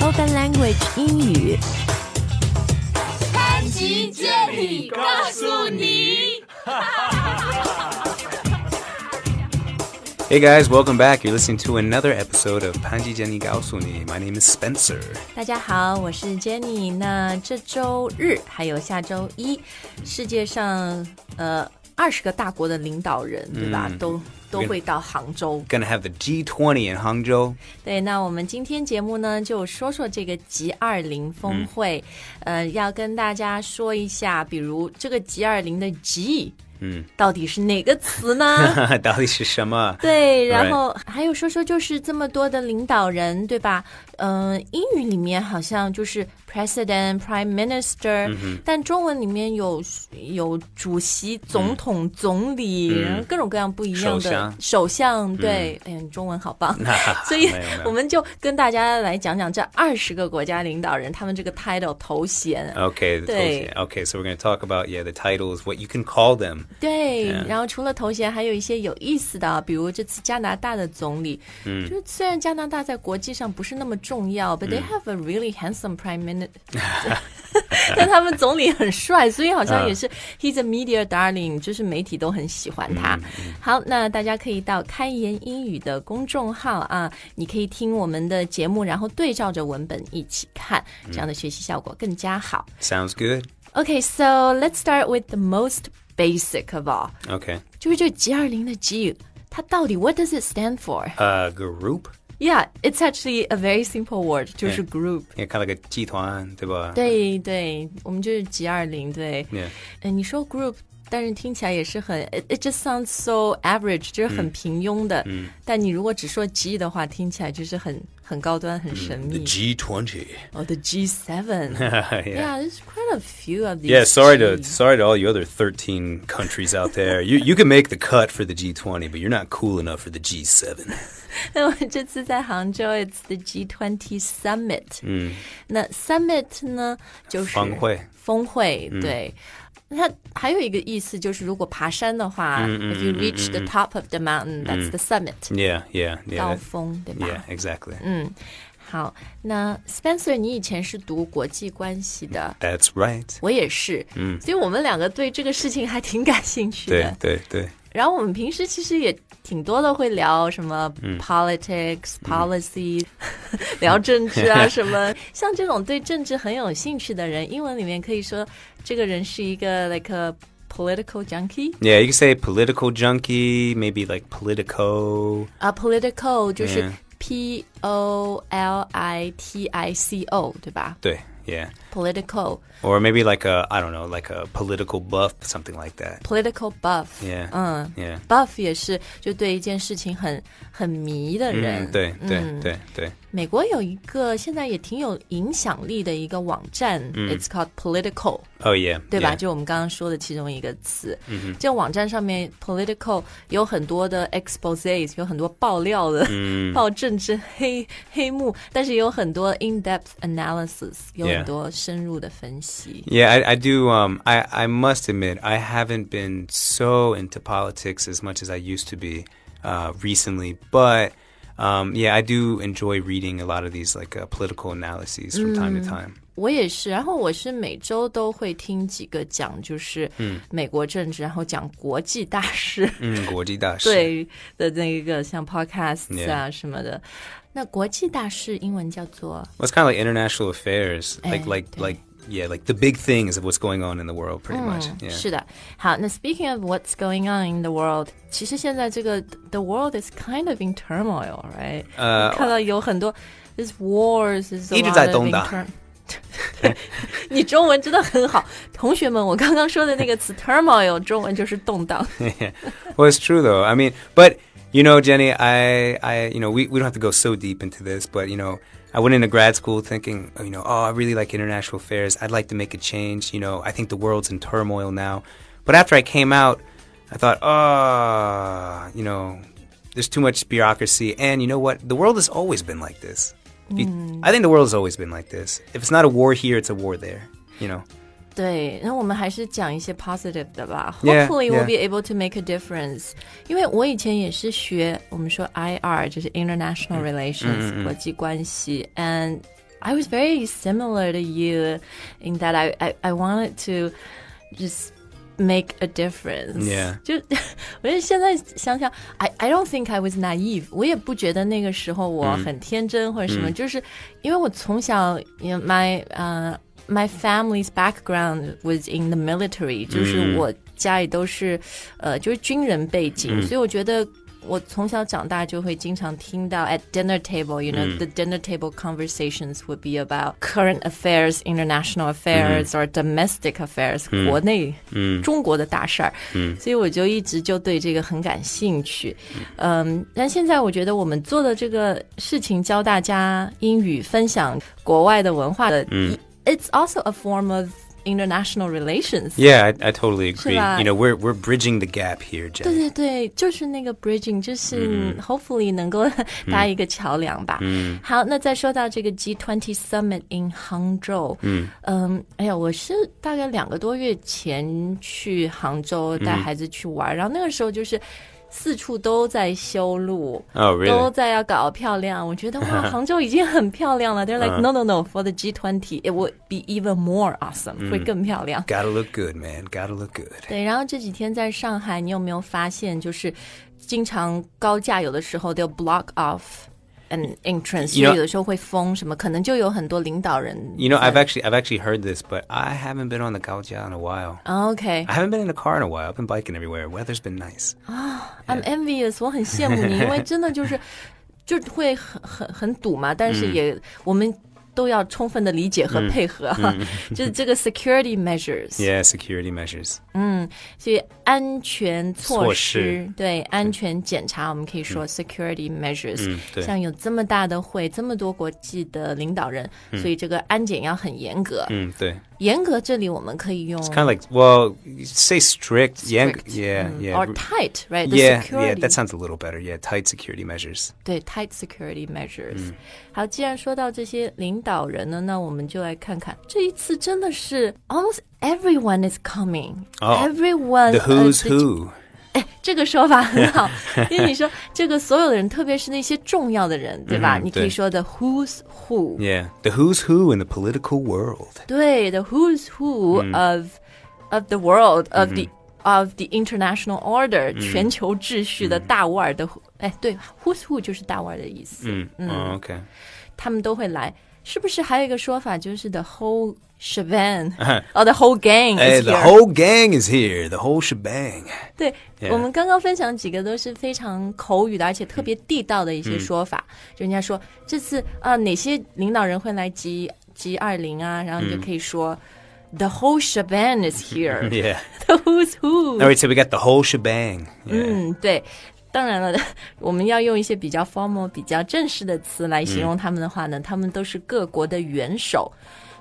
Open Language 英语。潘吉接力告诉你。 Hey guys, welcome back. You're listening to another episode of Panji Jenny Gaosuni. My name is Spencer. 大家好，我是 Jenny。那这周日还有下周一，世界上呃二十个大国的领导人，对吧？都都会到杭州。 Gonna have the G20 in Hangzhou. 对，那我们今天节目呢，就说说这个 G 二零峰会。呃，要跟大家说一下，比如这个 G 二零的 G，嗯，到底是哪个词 呢？到底是什么？对，然 Right. 后还有说说，就是这么多的领导人，对吧？嗯、英语里面好像就是 president、prime 嗯 minister，、但中文里面有有主席、总统、总理，然后各种各样不一样的嗯首相嗯相对，哎呀，你中文好棒。 所以没有没有我们就跟大家来讲讲这二十个国家领导人他们这个 title 头衔。啊 Okay, the 对。头衔. okay, so we're gonna talk about yeah the titles, what you can call them. 对啊然后除了头衔，还有一些有意思的啊，比如这次加拿大的总理，嗯，就是虽然加拿大在国际上不是那么重要、b u t they have a really handsome prime minister，但他们总理很帅，所以好像也是、he's a media darling，就是媒体都很喜欢他。好，那大家可以到开言英语的公众号啊，你可以听我们的节目，然后对照着文本一起看，这样的学习效果更加好。 Sounds good. Okay, so let's start with the most basic of all. Okay. 就是这 G 二零的 G，它到底 What does it stand for? Uh, group. Yeah, it's actually a very simple word，就是 group。 Yeah, kind of like a 集团，对吧？对对，我们就是 G 二零。对，嗯 Yeah.、你说 group，但是听起来也是很，it it just sounds so average，就是很平庸的。嗯，但你如果只说 G 的话，听起来就是很很高端、很神 The 秘。 G20. 哦、the G seven。 yeah. Yeah, there's quite a few of these. Yeah, sorry to Gs. sorry to all you other 13 countries out there. You you can make the cut for the G20, but you're not cool enough for the G7. 那我这次在杭州，It's the G20 Summit。嗯，那 Summit 呢，就是峰会，嗯峰会对。它还有一个意思就是，如果爬山的话、i 嗯 f you reach the top of the mountain,、that's the summit，、 Yeah, yeah, 嗯 yeah. 高 that- 峰，对吧 Yeah, exactly. 好，那 Spencer，你以前是读国际关系的， That's right. 我也是，嗯，所以我们两个对这个事情还挺感兴趣的。对对对。然后我们平时其实也挺多的，会聊什么嗯 politics、policy，聊政治 啊什么。像这种对政治很有兴趣的人，英文里面可以说这个人是一个 like a political junkie Yeah, you can say political junkie, maybe like politico. 啊、p o l i t i c a l 就是 Yeah. P O L I T I C O 对吧 Yeah. ？political Or maybe like a I don't know, like a political buff, something like that. political buff， Yeah. 嗯 Yeah. ，buff 也是就对一件事情很很迷的人，Mm, 嗯嗯对对对对。美国有一个现在也挺有影响力的一个网站、i t s called Political， Oh yeah. 对吧嗯 yeah. 就我们刚刚说的其中一个词。嗯、这个网站上面 Political 有很多的 exposes，有很多爆料的、嗯 爆政治黑黑幕，但是也有很多 in depth analysis，有 Yeah 很多深入的分析。 Yeah, I, I do. Um, I, I must admit, I haven't been so into politics as much as I used to be uh, recently. But um, yeah, I do enjoy reading a lot of these like uh, political analyses from time to time. 我也是，然后我是每周都会听几个讲，就是嗯美国政治，然后讲国际大事。Mm, 嗯，国际大事。对的那一个像 podcasts 啊 Yeah 什么的。那国际大事英文叫做 Well, it's kind of like international affairs, Eh, like like yeah. like yeah, like the big things of what's going on in the world, pretty much. 嗯 Yeah. 是的。好，那 speaking of what's going on in the world，其实现在这个 the world is kind of in turmoil，right？呃你看到有很多 this wars is 一直在动荡。 你中文真的很好，同学们，我刚刚说的那个词 turmoil 中文就是动荡。 Well, it's true though. I mean, but you know, Jenny, I, I, you know, we, we don't have to go so deep into this, but you know, I went into grad school thinking, you know, oh, I really like international affairs. I'd like to make a change. You know, I think the world's in turmoil now. But after I came out, I thought, ah, you know, there's too much bureaucracy, and you know what? The world has always been like this. If you- I think the world has always been like this. If it's not a war here, it's a war there. You know. 对，那我们还是讲一些 positive 的吧。 Yeah, Hopefully we'll yeah. be able to make a difference。因为我以前也是学我们说 IR，就是 international relations、国际关系，and I was very similar to you in that I, I, I wanted to just make a difference. Yeah. 就我就现在想想，I I don't think I was naive。我也不觉得那个时候我很天真或者什么，就是因为我从小，you know, my 呃、my family's background was in the military，就是我家里都是呃就是军人背景，所以我觉得。我从小长大就会经常听到 at dinner table, you know, the dinner table conversations would be about current affairs, international affairs, or domestic affairs，、国内、中国的大事儿。所以我就一直就对这个很感兴趣。嗯，但现在我觉得我们做的这个事情，教大家英语，分享国外的文化的、i t s also a form of international relations。 Yeah, I, I totally agree. that- You know, we're we're bridging the gap here, 对对 Jenny. 对，就是那个 bridging，就是嗯 hopefully 能够搭一个桥梁吧。嗯，好，那再说到这个 G20 Summit in 杭州，嗯哎呀，我是大概两个多月前去杭州带孩子去玩，然后那个时候就是四处都在修路。 Oh, really? 都在要搞漂亮，我觉得哇， 杭州已经很漂亮了。They're like no no no for the G20 it would be even more awesome，、会更漂亮。 Gotta look good, man. Gotta look good. 对，然后这几天在上海，你有没有发现，就是经常高架有的时候 they'll block off an entrance， You know- 就有的时候会封什么，可能就有很多领导人。 You know, I've actually I've actually heard this, but I haven't been on the Gaojia in a while. OK，I'm、 I haven't been in a car in a while. I've been biking everywhere. Weather's been nice. I'm envious，我很羡慕你，因为真的就是就会很很很堵嘛，但嗯是也、我们都要充分的理解和配合，哈， 就是这个 security measures。嗯 Yeah, security measures. 所以安全措措施施对安全检查，我们可以说 security measures、嗯对像有这么大的会，这么多国际的领导人，所以这个安检要很严格。 Mm, 对.严格这里我们可以用 Kind of like well, you say strict. Yeah, Oh. strict， yeah, 嗯 yeah. or tight right the yeah, yeah, security that sounds a little better. Yeah, tight security measures. 对 tight security measures、好，既然说到这些领导人呢，那我们就来看看这一次真的是 almost everyone is coming，everyone、哦 everyone Oh， The who's uh, did- who. 这个说法很 好，因为你说这个所有的人，特别是那些重要的人，对吧？嗯你可以对说的 who's who， Yeah, the who's who in the political world. 对，the who's who 嗯 of of the world of the of the international order，全嗯球秩序的大腕儿的，哎，对，who's who 就是大腕儿的意思， Mm. Oh, okay. 他们都会来。是不是还有一个说法，就是 the whole shebang，哦，the whole gang Hey, is 哎 the here。 whole gang is here. The whole shebang. 对 Yeah. 我们刚刚分享几个都是非常口语的，而且特别地道的一些说法。就人家说这次啊、哪些领导人会来 G G 二零啊，然后你就可以说、The whole shebang is here, Yeah. the who's who。 All right, so we got the whole shebang. Yeah. 嗯，对。当然了， 我们要用一些比较 formal、比较正式的词来形容他们的话呢，他们都是各国的元首。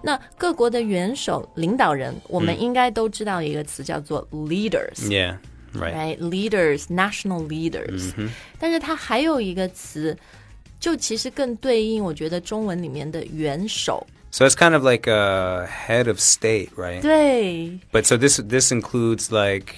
那各国的元首、领导人，我们应该都知道一个词叫做 leaders。 Yeah. Right. right Mm-hmm. leaders national leaders，、但是它还有一个词，就其实更对应我觉得中文里面的元首， So it's kind of like a head of state, right? 对 But so this this includes like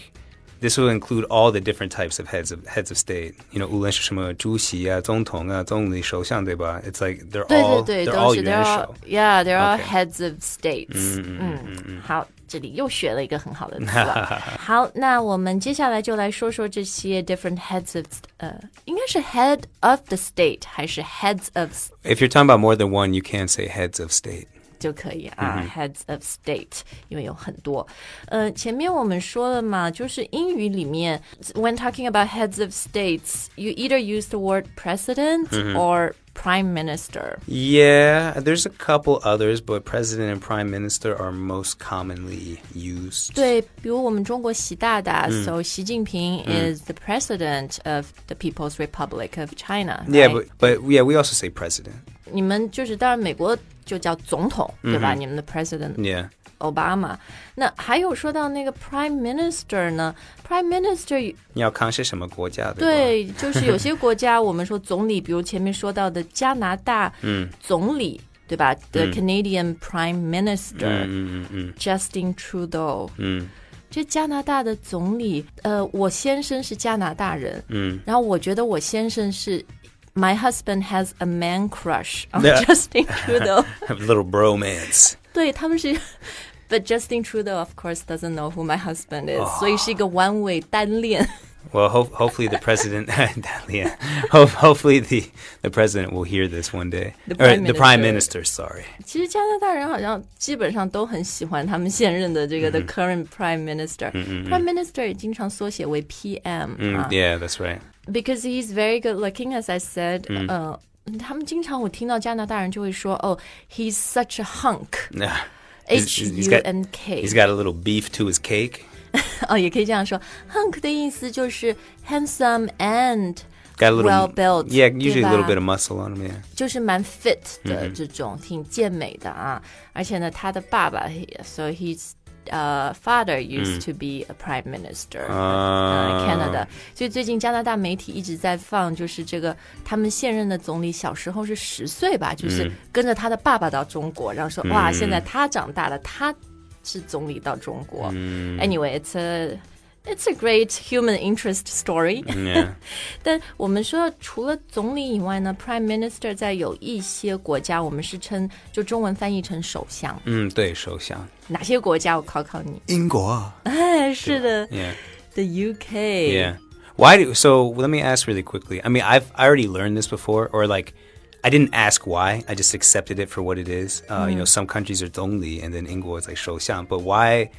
this will include all the different types of heads of heads of state. You know, 无论是什么主席啊、总统啊、总理、首相，对吧？It's like they're 对 all 对对， they're 都 all 是 Oh, they're all Mm-hmm, 元首。 yeah they're all OK heads of states，嗯好。这里又学了一个很好的词 了。好，那我们接下来就来说说这些 different heads of，呃，应该是 head of the state 还是 heads of If you're talking about more than one, you can say heads of state. 就可以啊、h e a d s of state，因为有很多。呃，前面我们说了嘛，就是英语里面，when talking about heads of states，you either use the word president or prime minister。 Yeah, there's a couple others, but president and prime minister are most commonly used. 对，比如我们中国习大大、s o 习近平 is the president of the People's Republic of China、 Yeah, but but yeah, we also say president. 你们就是当然美国就叫总统，对吧？你们的 president Yeah. 奥巴马。那还有说到那个 prime minister 呢？prime minister 你要看是什么国家，对吧？对，就是有些国家，我们说总理，比如前面说到的加拿大，嗯，总理对吧？The Canadian Prime Minister，嗯嗯嗯，Justin Trudeau，嗯。这加拿大的总理，呃，我先生是加拿大人，嗯，然后我觉得我先生是 my husband has a man crush on Justin Trudeau. a little bromance. 对，他们是。But Justin Trudeau, of course, doesn't know who my husband is，、所以是一个 one way 单恋。 Well, ho- hopefully the president, yeah, ho- hopefully the, the president will hear this one day. The Or prime the prime minister. minister, sorry. 其实加拿大人好像基本上都很喜欢他们现任的这个 the current prime minister。Prime minister 也经常缩写为 PM、 Mm, 啊 Yeah, that's right. ，because he's very good looking, as I said、呃，他们经常我听到加拿大人就会说，哦，he's such a hunk。 Yeah. H he's U got- N K， He's got a little beef to his cake. 哦，也可以这样说。Hunk 的意思就是 handsome and Got a little well built， Yeah, usually 对 a little 吧 bit of muscle on him. Yeah. 就是蛮 fit 的这种，挺健美的啊。而且呢，他的爸爸，so he's 呃、father used to be a prime minister、呃 Uh, Canada，所以最近加拿大媒体一直在放，就是这个他们现任的总理小时候是十岁吧，就是跟着他的爸爸到中国，然后说哇，现在他长大了，他是总理到中国。Anyway，it's a it's a great human interest story。Um, Yeah. 但我们说，除了总理以外呢，Prime Minister 在有一些国家，我们是称就中文翻译成首相。 mm, 对,首相.哪些国家？我考考你。英国.哎，是的 Yeah. ，The UK。 Yeah. Why do so? Let me ask really quickly. I mean, I've I already learned this before, or like, I didn't ask why. I just accepted it for what it is. Uh, You know, some countries are Dongli, and then Inguo is like Shouxiang. But why?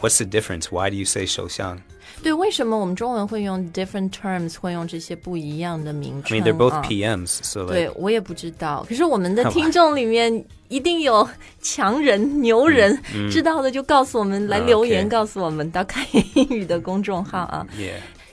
What's the difference? Why do you say Shouxiang? 对，为什么我们中文会用 different terms，会用这些不一样的名 I 称 mean, they're both 啊 PMs, so 对 like, 我也不知道。可是我 们的听众里面一定有强人、牛人，知道的就告诉我们，来嗯啊留言 OK 告诉我们，到开言英语的公众号啊。 yeah,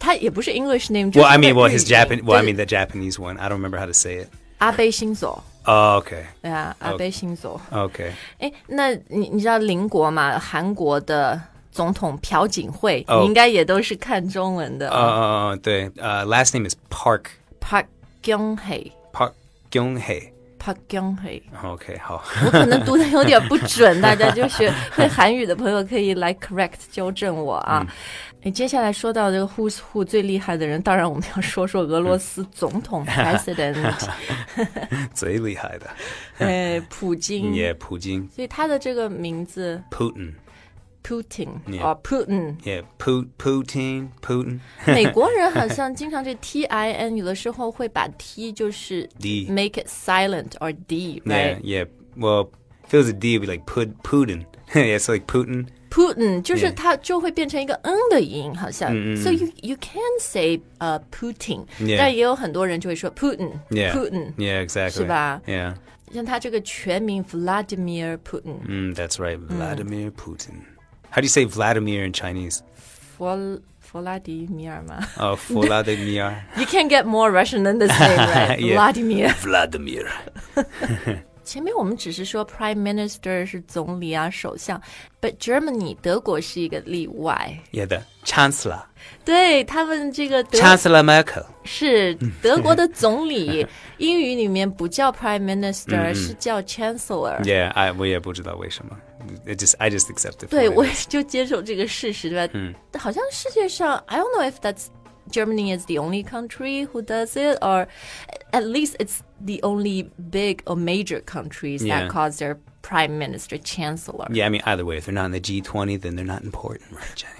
他也不是 English name，就是 Well, I 他的 mean, well, 日 his 语名 Japan. Well, I 就是 mean, the Japanese one. I don't remember how to say it. 阿贝新佐， Oh, okay, 对啊，阿贝新佐。 okay. 哎，那你你知道邻国嘛？韩国的总统朴槿惠哦你应该也都是看中文的。 Uh, the last name is Park Park Kyung Hee。 Park Kyung Hee. Park Kyung Hee， Okay, oh, 好，我可能读的有点不准，大家就是会韩语的朋友可以来 correct 纠正我啊。哎，接下来说到这个 Who's Who 最厉害的人，当然我们要说说俄罗斯总统 President，最厉害的。哎，普京。 Yeah, Putin. 所以他的这个名字 Putin. Putin Yeah 哦 Putin， Yeah, Pu- Putin. Putin. 美国人好像经常这 T I N 有的时候会把 T 就是 D make it silent or D Yeah, right yeah. Well, if it was a D, it'd be like Pud Putin. yeah, so like Putin. Putin 就是 Yeah 它就会变成一个 N 的音，好像。So you you can say 呃 Putin，嗯 Yeah 但也有很多人就会说 Putin Yeah. Putin， Yeah, exactly. 是吧？ Yeah. 像他这个全名 Vladimir Putin， Mm, that's right. Vladimir Putin. How do you say Vladimir in Chinese? 弗弗拉迪米尔嘛。 Oh, Vladimir. You can get more Russian than this name, right? Yeah Vladimir。 Vladimir. 前面我们只是说 Prime Minister 是总理啊、首相，But Germany 德国是一个例外， Yeah, the Chancellor. 对他们这个德 Chancellor Merkel. 是德国的总理，嗯 英语里面不叫 Prime Minister，是叫 Chancellor。 Yeah, I, 我也不知道为什么. It just, I just accept it. 对， for 我 what it 就接受这个事实，对吧？嗯，好像世界上，I don't know if that's Germany is the only country who does it, or at least it's the only big or major countries that Yeah. calls their prime minister chancellor. Yeah, I mean, either way, if they're not in the G20, then they're not important, right, Jenny?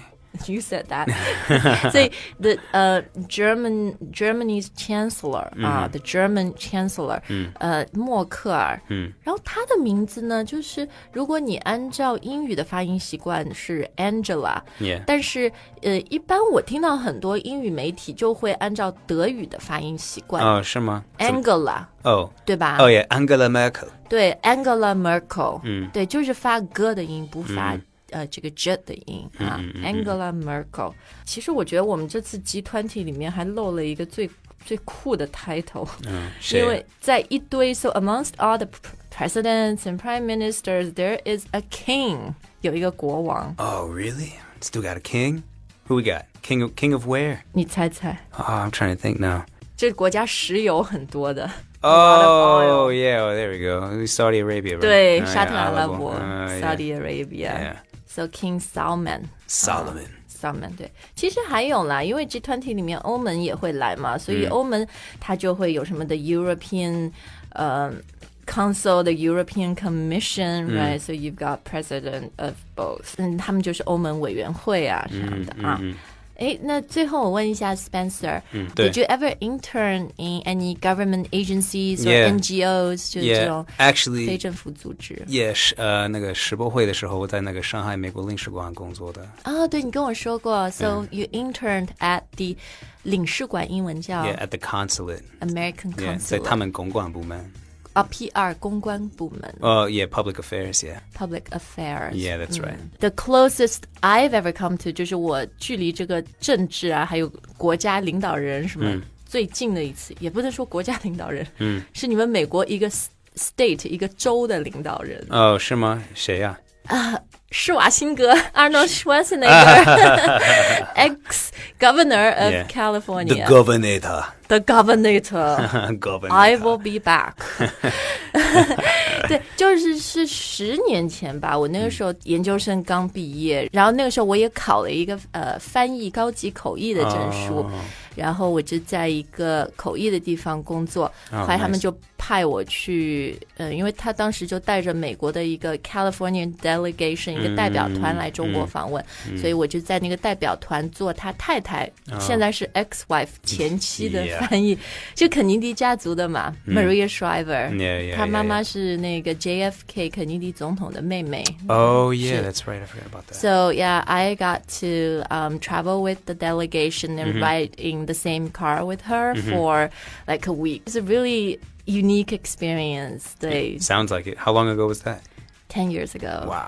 You said that. 所以 the 呃、German Germany's chancellor 啊、t h e German chancellor，呃，默克尔。嗯，然后他的名字呢，就是如果你按照英语的发音习惯是 Angela， Yeah. 但是呃，一般我听到很多英语媒体就会按照德语的发音习惯、 Oh, 是吗? Angela， Oh. 对吧？ Oh, yeah, Angela Merkel. 对，Angela Merkel，嗯，对，就是发 g 的音，不发、呃这个 j 的音啊、a n g e l a Merkel。其实我觉得我们这次集团体里面还漏了一个最最酷的 title，、嗯，谁因呀为在一堆 so amongst all the pr- presidents and prime ministers there is a king，有一个国王， Oh, really? Still got a king? Who we got? King of king of where? 你猜猜， Oh, I'm trying to think now. 这国家石油很多的， Oh, yeah. Well, there we go. Saudi Arabia, right? 对， Oh, 沙特 yeah, 哎阿拉 Arab- 伯哎 oh, yeah. ，Saudi Arabia。 Yeah. So King Salman。 Solomon. Ah, Salmon 对，其实还有啦，因为 G 团体里面欧盟也会来嘛，所以欧盟它就会有什么的 European，呃、Council 的 European Commission，right？So、you've got President of both，嗯，他们就是欧盟委员会啊什么的啊。诶，那最后我问一下 Spencer，、d i 对 d you ever intern in any government agencies or Yeah. NGOs？就是这 Yeah. 种非 Actually, 政府组织。 yeah. uh, 是呃，那个世博会的时候，我在那个上海美国领事馆工作的。哦，对你跟我说过，so you interned at the 领事馆，英文叫 Yeah, at the consulate. American Yeah, 在 Oh. Consulate 他们公关部门。啊，PR 公关部门 Oh, yeah, public affairs. Yeah, Public Affairs。Mm. yeah, that's right. The closest I've ever come to 就是我距离这个政治啊，还有国家领导人什么最近的一次，也不能说国家领导人，嗯，是你们美国一个 s- state 一个州的领导人，哦，是吗？谁呀？施瓦辛 格 Arnold Schwarzenegger ex governor of Yeah. The California governor. the governor governor. I will be back 对，就是是十年前吧，我那个时候研究生刚毕业，然后那个时候我也考了一个呃翻译高级口译的证书，然后我就在一个口译的地方工作，后来他们 nice 就派我去，嗯、因为他当时就带着美国的一个 California delegation 一个代表团来中国访问，所以我就在那个代表团做他太太，现在是 ex wife 前妻的 Yeah 翻译，就肯尼迪家族的嘛、m a r i a Shriver， Yeah, yeah, 她 yeah, 妈妈 yeah. 是那个 JFK 肯尼迪总统的妹妹。 Oh, yeah, 是 that's right. I forgot about that. So yeah, I got to um, travel with the delegation and ride in the same car with her for like a week. It's a really unique experience. 对，Sounds like it. How long ago was that? ，ten years ago. Wow.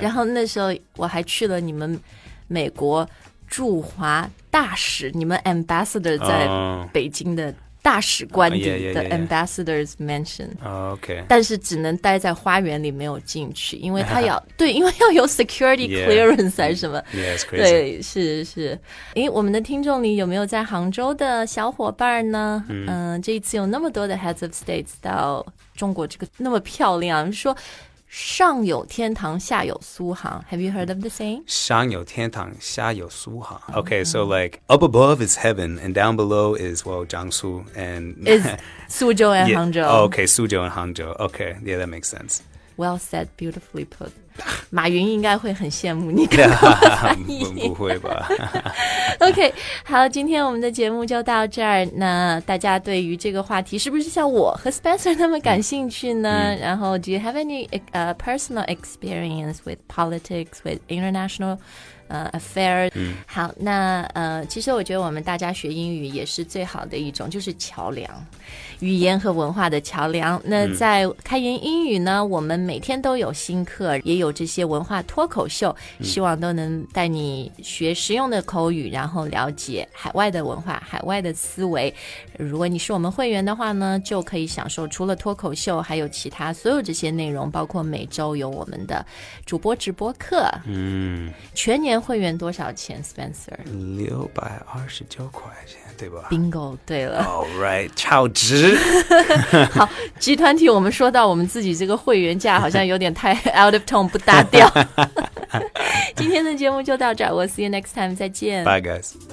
然后那时候我还去了你们美国驻华大使，你们 ambassador 哦在北京的大使官邸哦，yeah, yeah, 的 yeah, yeah. ambassador's mansion。 Oh, okay. 但是只能待在花园里，没有进去，因为他 要对，因为要有 security Yeah. 嗯 clearance 还是什么。 Yeah, it's crazy. 对，是是。诶，我们的听众里有没有在杭州的小伙伴呢？嗯、这一次有那么多的 heads of states 到中国，这个那么漂亮，说上有天堂，下有苏杭。Have you heard of the saying？上有天堂，下有苏杭. Okay, so like up above is heaven, and down below is well Jiangsu and Is 苏州 and Yeah. 杭州。 Oh, okay, Suzhou and Hangzhou. Okay, yeah, that makes sense. Well said, beautifully put。马云应该会很羡慕你。刚不不会吧？ OK，好，今天我们的节目就到这儿。那大家对于这个话题是不是像我和 Spencer 那么感兴趣呢？然后，Do you have any 呃、personal experience with politics, with international 呃、affairs？、好，那呃，其实我觉得我们大家学英语也是最好的一种，就是桥梁，语言和文化的桥梁。那在开言英语呢，我们每天都有新课，也有这些文化脱口秀，希望都能带你学实用的口语，然后了解海外的文化、海外的思维。如果你是我们会员的话呢，就可以享受除了脱口秀，还有其他所有这些内容，包括每周有我们的主播直播课。嗯，全年会员多少钱，Spencer？嗯六百二十九块钱，对吧？ bingo，对了。 All right, 超值。 集团体，我们说到我们自己这个会员价好像有点太 out of tone，不搭调。今天的节目就到这儿，我 see you next time，再见。 Bye, guys.